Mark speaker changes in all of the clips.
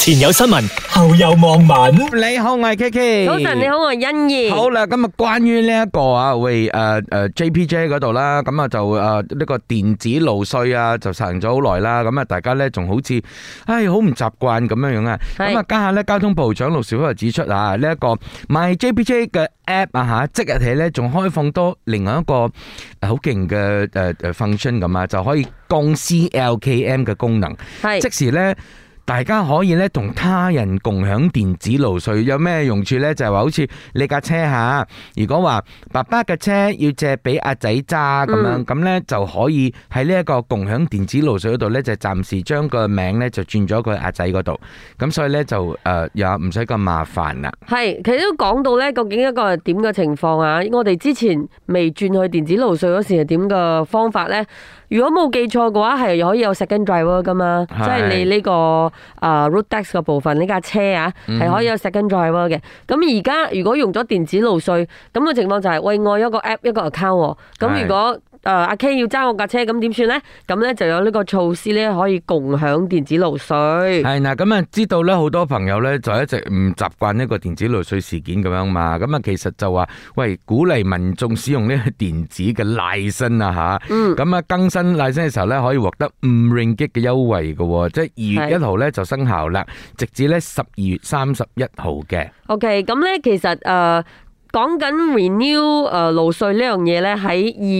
Speaker 1: 前有新聞，後有網民。
Speaker 2: 你好，我係 K K。
Speaker 3: 早晨，你好，我係欣怡。
Speaker 2: 好啦，咁啊，關於呢一個啊，喂，誒誒 JPJ 嗰度啦，咁啊就誒呢個電子路稅啊，就實行咗好耐啦，咁啊大家咧仲好似，唉，好唔習慣咁樣樣啊，
Speaker 3: 係
Speaker 2: 咁啊家下咧交通部長陸兆福就指出啊，呢一個 My JPJ 嘅 app 啊嚇，即日起咧仲開放多另外一個誒好勁嘅誒誒 function 咁啊，就可以降 CLKM 嘅功能。
Speaker 3: 係
Speaker 2: 即時咧。大家可以咧同他人共享電子路稅，有咩用處呢？就係話好似你架車嚇，如果話爸爸嘅車要借俾阿仔揸咁樣，
Speaker 3: 嗯
Speaker 2: 咁呢就可以喺呢一個共享電子路稅嗰度呢，就暫時將個名呢就轉咗佢阿仔嗰度，咁所以呢，就誒又唔使咁麻煩啦。
Speaker 3: 係，其實都講到咧，究竟一個係點嘅情況啊？我哋之前未轉去電子路稅嗰時係點嘅方法咧？如果冇記錯嘅話，係可以有 second driver 噶嘛，
Speaker 2: 係
Speaker 3: 即係你呢個啊 road tax 嘅部分，呢架車啊係可以有 second driver 嘅。咁而家如果用咗電子路稅，咁嘅情況就係、喂我有一個 app 一個 account 喎，
Speaker 2: 係
Speaker 3: 咁如果誒阿 K 要揸我架車，咁點算咧？咁咧就有呢個措施咧，可以共享電子路稅。
Speaker 2: 係嗱，咁啊知道咧，好多朋友咧就一直唔習慣呢個電子類稅事件咁樣嘛，咁啊其實就話喂，鼓勵民眾使用呢個電子嘅賴身啊吓，
Speaker 3: 嗯
Speaker 2: 咁啊更新賴身嘅時候咧，可以獲得五 ringgit 嘅優惠嘅喎，即係二月一號咧就生效啦，直至咧十二月三十一號嘅。
Speaker 3: OK，咁咧其實誒、呃、講緊 renew 誒、呃、路稅呢樣嘢咧，喺二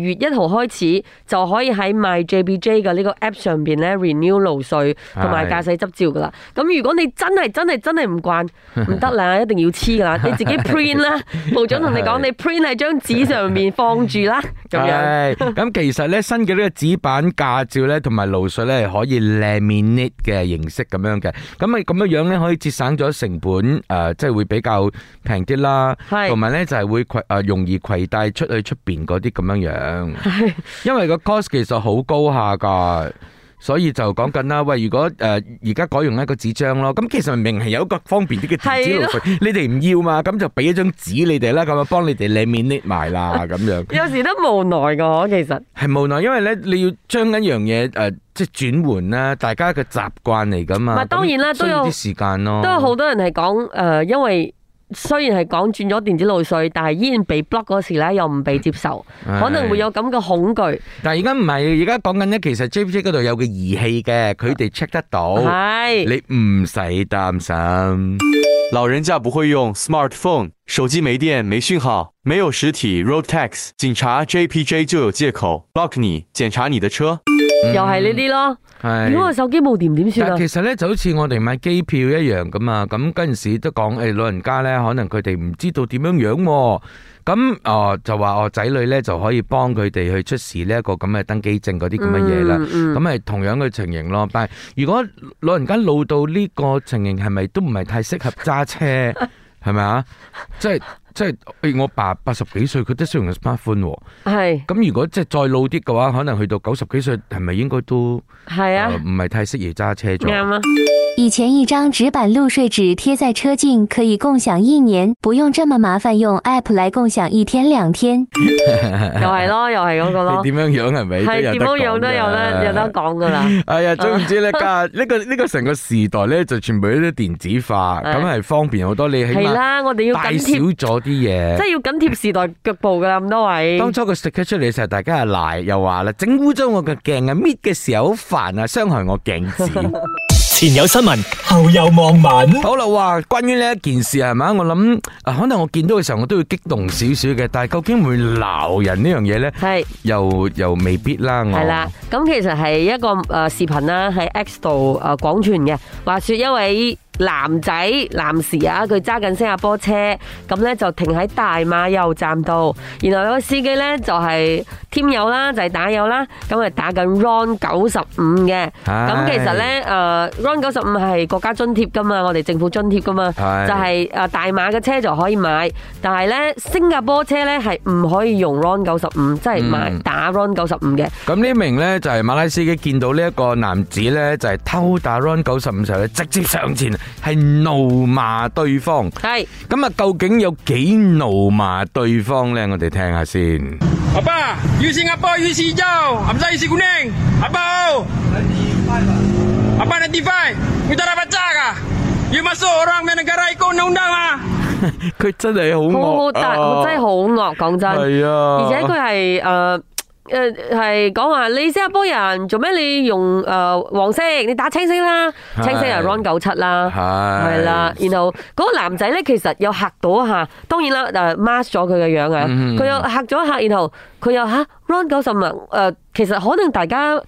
Speaker 3: 月一號開始就可以喺 My JBJ 嘅呢個 app 上邊咧 renew 路稅同埋駕駛執照噶啦。咁如果你真係真係真係唔慣，唔得啦，一定要黐噶啦，你自己 print 啦。部長同你講，你 print 喺張紙上面放住啦，咁樣。
Speaker 2: 係咁其實咧，新嘅呢個紙板駕照咧，同埋路稅咧，係可以 laminate 嘅形式咁樣嘅。咁啊，咁樣樣咧，可以節省咗成本，誒、即係會比較平啲啦。
Speaker 3: 係
Speaker 2: 同埋咧，就係會攜誒容易攜帶出去出邊嗰啲咁樣樣。因為個 cost 其實好高下㗎。所以就講緊啦，喂，如果誒呃而家改用一個紙張咯，咁其實明明係有一個方便啲嘅電子路稅，你哋唔要嘛，咁就俾一張紙你哋啦，咁啊幫你哋 laminate 埋 啦，咁樣。
Speaker 3: 有時都無奈噶，其實
Speaker 2: 係無奈，因為咧你要將一樣嘢誒，即係轉換啦，大家嘅習慣嚟噶嘛。
Speaker 3: 咪當然啦
Speaker 2: 咁
Speaker 3: 都
Speaker 2: 需
Speaker 3: 有
Speaker 2: 要啲時間咯。
Speaker 3: 都有好多人係講誒，因為雖然係講轉咗電子路稅，但係依然被 block 嗰時咧又唔被接受。
Speaker 2: 唉
Speaker 3: 可能會。有咁嘅恐懼，
Speaker 2: 但係而家唔係，而家講緊咧，其實 JPJ 嗰度有個儀器嘅，佢哋 check 得到，
Speaker 3: 啊係
Speaker 2: 你唔使擔心。
Speaker 4: 老人家不会用 smartphone，手机没电、没讯号、没有实体 road tax，警察 JPJ 就有借口 block 你，检查你的车。
Speaker 3: 又係呢啲咯。如果我
Speaker 2: 嗯係。
Speaker 3: 手機冇電點算
Speaker 2: 但係？
Speaker 3: 啊
Speaker 2: 其實咧就好似我哋買機票一樣噶嘛，咁嗰陣時都講誒老人家咧，可能佢哋唔知道點樣樣喎，咁哦就話我仔女咧就可以幫佢哋去出示呢一個咁嘅登機證嗰啲咁嘅嘢啦。
Speaker 3: 嗯
Speaker 2: 咁係同樣嘅情形咯。但係如果老人家老到呢個情形，係咪都唔係太適合揸 車？係咪啊？即係即係，誒我爸八十幾歲，佢都需要用 smartphone 喎。
Speaker 3: 嗯係
Speaker 2: 咁如果即係再老啲嘅話，可能去到九十幾歲，係咪應該都
Speaker 3: 係
Speaker 2: 呃
Speaker 3: 啊，
Speaker 2: 唔係太適宜揸車咗？
Speaker 3: 啱啊，
Speaker 5: 以前一张纸板路税纸贴在车镜，可以共享一年，不用这么麻烦，用 app 来共享一天两天。
Speaker 3: 又 係咯，又係嗰個咯
Speaker 2: 你，點樣樣係咪？
Speaker 3: 係點
Speaker 2: 點
Speaker 3: 樣樣都有得有得。講噶啦。
Speaker 2: 哎呀，總唔知咧，家呢個呢個成個時代咧，就全部都電子化，
Speaker 3: 係
Speaker 2: 咁係方便好多。你 起
Speaker 3: 係
Speaker 2: 碼
Speaker 3: 啦，我哋要
Speaker 2: 帶
Speaker 3: 緊
Speaker 2: 少
Speaker 3: 貼，
Speaker 2: 咗啲嘢
Speaker 3: 即。係要緊貼時代腳步噶啦，咁多位。
Speaker 2: 當初佢 sticker 出嚟嘅時候，大家係賴又話啦，整污糟我嘅鏡啊，搣嘅時候好煩啊，傷害我鏡子。
Speaker 1: 前有新聞，後有網民。
Speaker 2: 好啦，哇，關於呢一件事係咪？我諗啊，可能我見到嘅時候我都會激動少少嘅，但係究竟會鬧人呢樣嘢咧，
Speaker 3: 係。
Speaker 2: 又又未必啦。我
Speaker 3: 係啦，咁其實係一個誒視頻啦，喺 X 度誒廣傳嘅。話說一位男仔男士啊，佢揸緊新加坡車，咁咧就停喺大馬油站度，然後有個司機咧就係添油啦，就係打油啦，咁係打緊 RON 九十五嘅。
Speaker 2: 唉
Speaker 3: 咁其實咧誒 RON 九十五係國家津貼噶嘛，我哋政府津貼噶嘛，
Speaker 2: 係
Speaker 3: 就係誒大馬嘅車就可以買，但係咧新加坡車咧係唔可以用 RON 九十五，即係買
Speaker 2: 嗯
Speaker 3: 打 RON 九十五嘅。
Speaker 2: 咁呢名咧就係馬拉司機見到呢一個男子咧就係偷打 Ron 九十五時候咧，直接上前係怒罵對方。
Speaker 3: 係。
Speaker 2: 咁啊，究竟有幾怒罵對方咧？我哋聽下先。
Speaker 6: Apa? You Singapore, you si hijau. Apa saya si kuning? Apa? Apa 95? Apa 95? You tak nak baca kah? You masuk orang main negara ikut undang-undang lah.
Speaker 2: 佢真係好
Speaker 3: 好
Speaker 2: 惡
Speaker 3: 好
Speaker 2: 啊
Speaker 3: 但真係好惡，講真。
Speaker 2: 係啊，
Speaker 3: 而且佢係誒誒係講話你新加坡人做咩你用誒、呃黃色，你打青色啦，
Speaker 2: 係
Speaker 3: 青色係 Ron 九七啦。
Speaker 2: 係
Speaker 3: 係啦，然後嗰個男仔咧，其實有嚇到一下，當然啦，誒 mask 咗佢嘅樣啊，
Speaker 2: 嗯
Speaker 3: 佢又嚇咗一下，然後佢又嚇 Ron 九十啊，誒，其實可能大家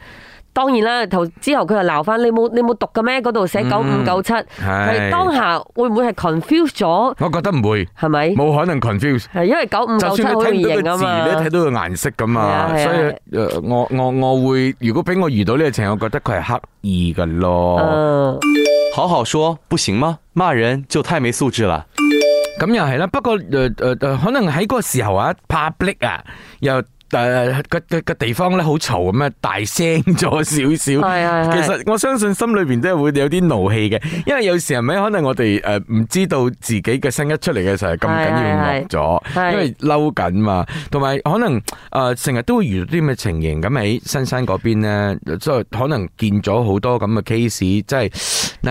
Speaker 3: 當然啦，頭之後佢又鬧翻你冇你冇讀嘅咩？嗰度寫九五
Speaker 2: 嗯
Speaker 3: 九七，係
Speaker 2: 係
Speaker 3: 當下嗯會唔會係 confuse 咗？
Speaker 2: 我覺得唔會，
Speaker 3: 係咪？
Speaker 2: 冇可能 confuse。
Speaker 3: 係因為九五九
Speaker 2: 就
Speaker 3: 七
Speaker 2: 算你
Speaker 3: 好容易
Speaker 2: 睇唔
Speaker 3: 認
Speaker 2: 到
Speaker 3: 啊
Speaker 2: 個字
Speaker 3: 嘛。
Speaker 2: 咧，睇到個顏色噶
Speaker 3: 係啊
Speaker 2: 嘛，
Speaker 3: 係啊
Speaker 2: 所以誒，我我我會，如果俾我遇到呢個情況，我覺得佢係刻意噶咯。
Speaker 3: 嗯
Speaker 4: 好好说不行吗？骂人就太没素质了。
Speaker 2: 咁又係啦，不過誒誒誒，可能喺嗰個時候啊，public 啊，又誒個個個地方咧好嘈咁啊，大聲咗少少。
Speaker 3: 係嗯係係
Speaker 2: 其實我相信心裏邊都係會有啲怒氣嘅，因為有時係咪可能我哋誒唔知道自己嘅聲一出嚟嘅時候係咁緊要惡
Speaker 3: 係係係
Speaker 2: 咗，因為嬲緊嘛，同埋可能誒成日都會遇到啲咁嘅情形，咁喺新山嗰邊咧，即係可能見咗好多咁嘅 case，即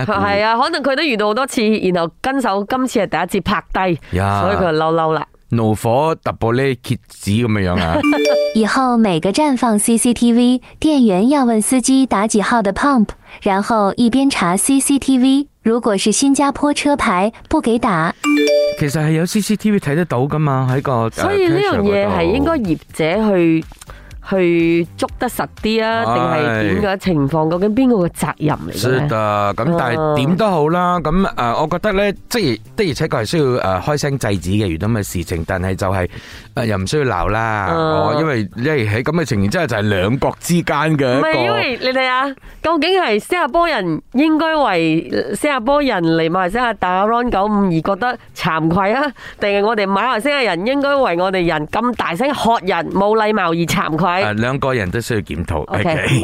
Speaker 2: 係 嗱哎
Speaker 3: 係啊，可能佢都遇到好多次，然後跟手今次係第一次拍低，
Speaker 2: 呀
Speaker 3: 所以佢就嬲嬲
Speaker 2: 啊
Speaker 3: 啦。
Speaker 2: 怒火突破呢蝎子咁嘅樣 啊！
Speaker 5: 以后每个站放 CCTV，店员要问司机打几号的 pump，然后一边查 CCTV。如果是新加坡车牌，不给打。
Speaker 2: 其實係有 CCTV 睇得到噶嘛，喺個呃
Speaker 3: 所以呢樣嘢係應該業者去去捉得實啲啊，定係點嘅情況？究竟邊個嘅責任嚟嘅
Speaker 2: 是
Speaker 3: 咧？
Speaker 2: 的，咁但係點都好啦，咁誒、呃我覺得咧，即係的而且確係需要誒、呃、開聲制止嘅遇到咁嘅事情，但係就係、呃又唔需要鬧啦，
Speaker 3: 嗯
Speaker 2: 哦，因為因為喺咁嘅情形之下，就係兩國之間嘅
Speaker 3: 唔
Speaker 2: 一個
Speaker 3: 係，因為你哋啊，究竟係新加坡人應該為新加坡人嚟馬來西亞打 Ron 九五而覺得慚愧啊，定係我哋馬來西亞人應該為我哋人咁大聲喝人冇禮貌而慚愧？
Speaker 2: 誒呃兩個人都需要檢討。
Speaker 3: OK
Speaker 2: OK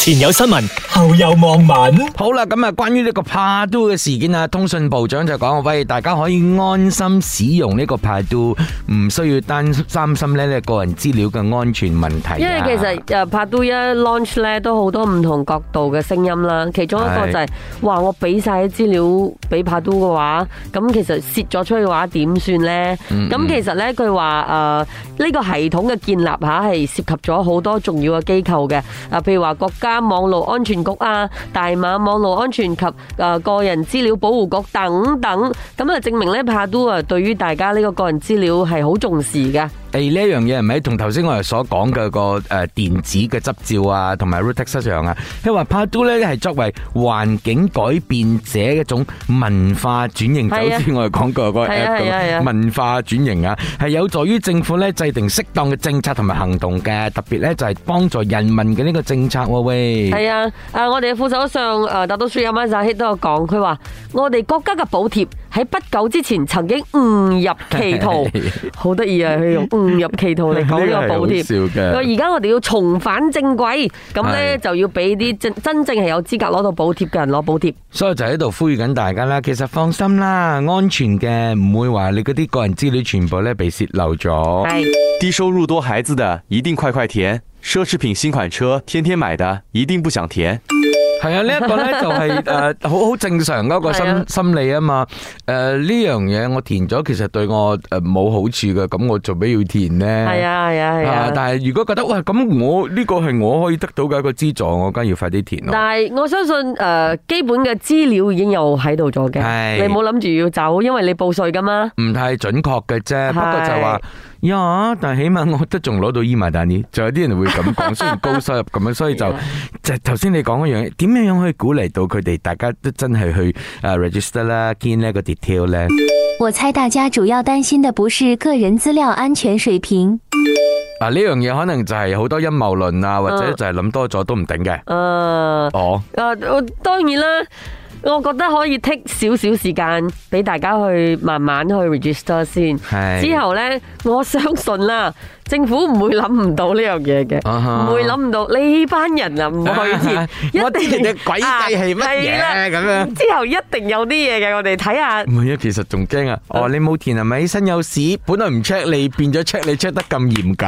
Speaker 1: 前有新聞，後有望文。
Speaker 2: 好啦，咁啊，關於呢個帕都嘅事件啊，通訊部長就講：喂，大家可以安心使用呢個帕都，唔需要擔擔心呢呢個人資料嘅安全問題啊。
Speaker 3: 因為其實誒拍到一 launch 咧，都好多唔同角度嘅聲音啦。其中一個
Speaker 2: 係
Speaker 3: 就係、話我俾晒啲資料俾拍都嘅話，咁其實泄咗出去嘅話點算呢？
Speaker 2: 嗯
Speaker 3: 咁、其實呢，佢話誒呢個系統嘅建立下係涉及咗好多重要嘅機構嘅，啊譬如話國家網絡安全局啊、大馬網絡安全及誒個人資料保護局等等，咁啊證明呢，拍都啊對於大家呢個個人資料係好重視嘅。
Speaker 2: 第呢一樣嘢係咪同頭先我哋所講嘅個誒電子嘅執照啊，同埋 root tax 一樣啊？因為 part two 咧係作為環境改變者嘅一種文化轉型，就
Speaker 3: 係
Speaker 2: 好
Speaker 3: 啊
Speaker 2: 似我哋講過個
Speaker 3: 係啊
Speaker 2: app
Speaker 3: 係啊係啊
Speaker 2: 咁文化轉型啊，係有助於政府咧制定適當嘅政策同埋行動嘅，特別咧就係幫助人民嘅呢個政策喎喂。
Speaker 3: 系啊，啊我哋嘅副首相诶，特都舒阿馬扎希都有講，佢話我哋國家嘅補貼喺不久之前曾經誤入 歧途，好得意啊！佢用誤入歧途嚟講呢個補
Speaker 2: 呢
Speaker 3: 貼。
Speaker 2: 個係好笑嘅
Speaker 3: 佢而家我哋要重返正軌，咁
Speaker 2: 係
Speaker 3: 咧就要俾啲真真正係有資格攞到補貼嘅人攞補貼。
Speaker 2: 所以就喺度呼籲緊大家啦，其實放心啦，安全嘅，唔會話你嗰啲個人資料全部咧被泄漏咗。
Speaker 3: 係
Speaker 4: 低收入多孩子的一定快快填，奢侈品新款车天天买的一定不想填。
Speaker 2: 系啊，呢一個咧就 係诶好好正常嗰個
Speaker 3: 係啊
Speaker 2: 心心理啊嘛。诶呢樣嘢我填咗，其實對我诶冇好處嘅，咁我做咩要填呢？
Speaker 3: 係啊係啊係啊！
Speaker 2: 但係如果覺得喂咁我呢個係我可以得到嘅一個資助，我梗係要快啲填咯。
Speaker 3: 但係我相信誒、呃基本嘅資料已經有喺度咗嘅，
Speaker 2: 係
Speaker 3: 你冇諗住要走，因為你報税噶嘛。
Speaker 2: 唔太準確嘅啫，
Speaker 3: 係
Speaker 2: 不過就話呀，但係起碼我都仲攞到伊埋但呢，仲有啲人會咁講，雖然高收入咁樣，所以就就頭先你講嗰樣，點樣樣可以鼓勵到佢哋，大家都真係去诶 register 啦，見呢個 detail 咧。
Speaker 5: 我猜大家主要担心的不是个人资料安全水平，
Speaker 2: 嗱呢樣嘢可能就係好多陰謀論啊，或者就係諗多咗都唔定嘅。
Speaker 3: 誒、啊
Speaker 2: 哦，
Speaker 3: 誒、呃我當然啦，我覺得可以 take 少少時間俾大家去慢慢去 register 先。
Speaker 2: 係
Speaker 3: 之後呢，我相信啦，政府唔會諗唔到呢樣嘢嘅，
Speaker 2: 啊哈
Speaker 3: 唔會諗唔到呢班人啊唔去 填，
Speaker 2: 我知
Speaker 3: 一
Speaker 2: 你
Speaker 3: 定
Speaker 2: 嘅鬼計係乜嘢
Speaker 3: 啊係啦
Speaker 2: 咁樣
Speaker 3: 之後一定有啲嘢嘅，我哋睇下
Speaker 2: 唔係啊，其實仲驚啊！哦，你冇填係咪身有屎？本來唔 check 你，變咗 check 你 check 得咁嚴 謹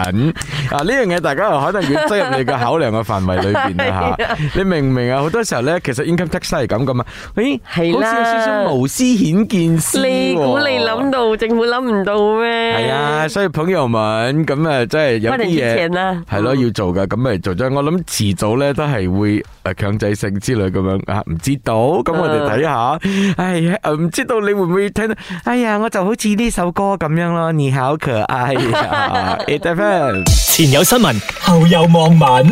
Speaker 2: 啊！呢樣嘢大家又可能要擠入你嘅考量嘅範圍裏邊啦
Speaker 3: 係
Speaker 2: 嚇。你明唔明啊？好多時候咧，其實 income tax 係咁噶嘛。咦，
Speaker 3: 係
Speaker 2: 好
Speaker 3: 啦
Speaker 2: 似有少少無私顯見私喎。
Speaker 3: 你估你諗到政府諗唔到咩？
Speaker 2: 係啊，所以朋友們咁啊，真係有啲
Speaker 3: 不能之前啊
Speaker 2: 嘢
Speaker 3: 啦
Speaker 2: 係咯要做噶，咁咪做咗。我諗遲早咧都係會誒強制性之類咁樣啊，唔知道。咁我哋睇下，哎呀，呃唔知道你會唔會聽到？哎呀，我就好似呢首歌咁樣咯，你好可愛 啊！It FM，It
Speaker 1: 前有新聞，後有望文。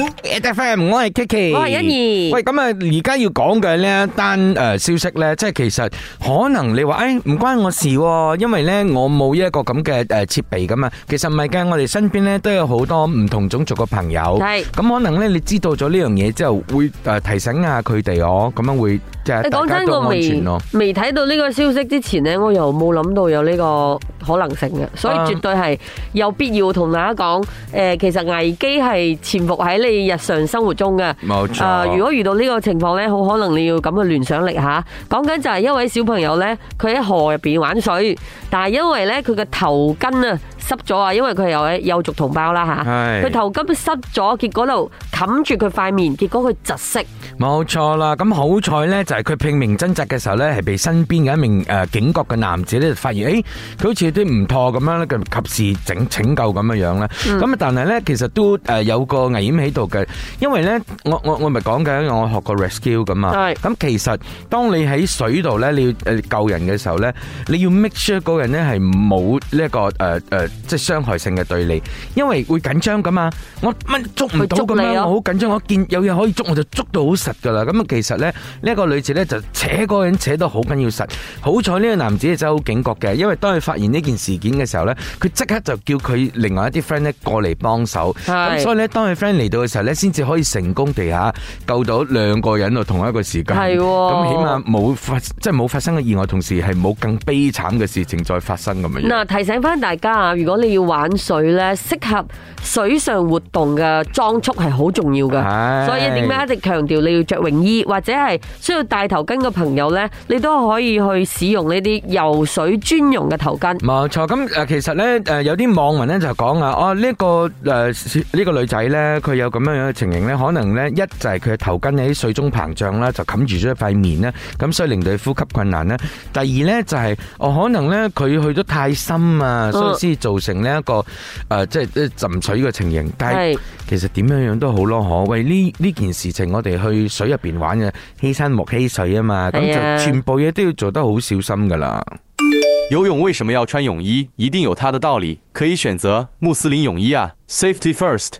Speaker 2: FM，我係 Kiki，
Speaker 3: 我係欣怡
Speaker 2: 喂，咁啊，而家要講嘅呢一單誒消息咧，即係其實可能你話誒唔關我事喎，因為咧我冇呢一個咁嘅誒設備噶嘛。其實唔係嘅，我哋身邊咧都有好多唔同種族嘅朋友。
Speaker 3: 係
Speaker 2: 咁可能咧，你知道咗呢樣嘢之後，會誒提醒下佢哋哦，咁樣會即係
Speaker 3: 你
Speaker 2: 大
Speaker 3: 講
Speaker 2: 家
Speaker 3: 真，
Speaker 2: 都
Speaker 3: 我
Speaker 2: 安全
Speaker 3: 未
Speaker 2: 咯。
Speaker 3: 未睇到呢個消息之前呢，我又冇諗到有呢個可能性嘅，所以
Speaker 2: 啊
Speaker 3: 絕對係有必要同大家講。誒、其實危機係潛伏喺你日常生活中嘅。
Speaker 2: 冇錯
Speaker 3: 啊如果遇到呢個情況呢，好可能你要咁嘅聯想力吓。講緊就係一位小朋友呢，佢喺河入邊玩水，但係因為呢，佢嘅頭巾啊濕咗啊，因為佢係有有族同胞啦吓，
Speaker 2: 係
Speaker 3: 佢頭巾濕咗，結果就冚住佢塊面，結果佢窒息。
Speaker 2: 冇錯啦，咁好彩呢，就係佢拼命掙扎嘅時候呢，係被身邊嘅一名誒警覺嘅男子呢，發現，誒佢好似有啲唔妥咁樣咧，佢及時整拯救咁樣樣咧。咁啊，但係呢，其實都誒有個危險喺度嘅，因為呢，我我我咪講緊我學過 rescue 咁啊
Speaker 3: 係。
Speaker 2: 咁其實當你喺水度呢，你要誒救人嘅時候呢，你要 make sure 嗰個人呢係冇呢一個誒誒即係傷害性嘅對你，因為會緊張噶嘛。我乜捉唔到咁
Speaker 3: 佢捉你
Speaker 2: 樣，
Speaker 3: 咯
Speaker 2: 我好緊張，我見有嘢可以捉，我就捉到好實噶啦。咁啊，其實咧呢一個女子咧就扯嗰個人扯得好緊要實。好彩呢個男子真係好警覺嘅，因為當佢發現呢件事件嘅時候咧，佢即刻就叫佢另外一啲 friend 咧過嚟幫手。
Speaker 3: 係
Speaker 2: 咁所以咧，當佢 friend 嚟到嘅時候咧，先至可以成功地下救到兩個人啊，同一個時間。
Speaker 3: 係喎
Speaker 2: 咁起碼冇發即係冇發生嘅意外，同時係冇更悲慘嘅事情再發生咁樣樣。
Speaker 3: 嗱，提醒翻大家啊，如果你要玩水咧，適合水上活動嘅裝束係好重要
Speaker 2: 係
Speaker 3: 嘅，所以點解一直強調你要着泳衣或者係需要戴頭巾嘅朋友咧，你都可以去使用呢啲游水專用嘅頭巾。
Speaker 2: 冇錯，咁誒其實咧誒有啲網民咧就講啊，哦呢一個誒呢個女仔咧，佢有咁樣樣嘅情形咧，可能咧一就係佢嘅頭巾喺水中膨脹啦，就冚住咗一塊面啦，咁所以令到佢呼吸困難啦。第二咧就係哦可能咧佢去得太深
Speaker 3: 嗯
Speaker 2: 啊，所以先造成呢一個誒即係誒浸水嘅情形。但係
Speaker 3: 係
Speaker 2: 其實點樣樣都好咯，可喂呢呢件事情我哋去水入邊玩嘅，欺山莫欺水啊嘛，咁
Speaker 3: 係啊
Speaker 2: 就全部嘢都要做得好小心噶啦。
Speaker 4: 游泳为什么要穿泳衣？一定有它的道理，可以选择穆斯林泳衣啊，Safety First。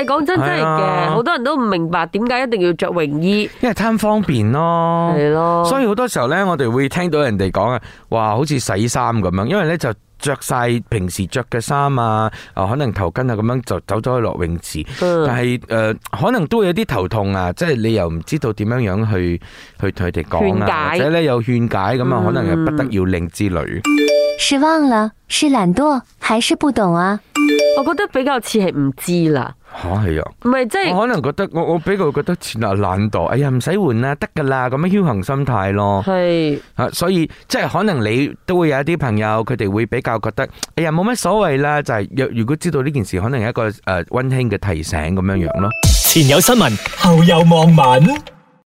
Speaker 3: 你講真真係
Speaker 2: 係啊
Speaker 3: 嘅，好多人都唔明白點解一定要着泳衣，
Speaker 2: 因為貪方便咯，
Speaker 3: 係咯
Speaker 2: 哦所以好多時候呢，我哋會聽到人哋講啊，哇，好似洗衫咁樣，因為呢就着晒平時着嘅衫啊，啊可能頭巾啊咁樣就走咗去落泳池，
Speaker 3: 嗯
Speaker 2: 但係誒、呃可能都會有啲頭痛啊，即係你又唔知道點樣樣去去同佢哋講啊，
Speaker 3: 勸解
Speaker 2: 或者呢有勸解咁啊，
Speaker 3: 嗯
Speaker 2: 可能係不得要令之類。
Speaker 5: 是忘了，是懒惰，还是不懂啊？
Speaker 3: 我覺得比較似係唔知啦，
Speaker 2: 嚇係啊！
Speaker 3: 唔係即係
Speaker 2: 我可能覺得我我比較覺得似啊懶惰，哎呀唔使換啦，得㗎啦，咁樣僥倖心態咯。
Speaker 3: 係
Speaker 2: 啊，所以即係可能你都會有一啲朋友，佢哋會比較覺得，哎呀冇乜所謂啦，就係、若如果知道呢件事，可呃能係一個誒温馨嘅提醒咁樣樣咯。
Speaker 1: 前有新聞，後有望文。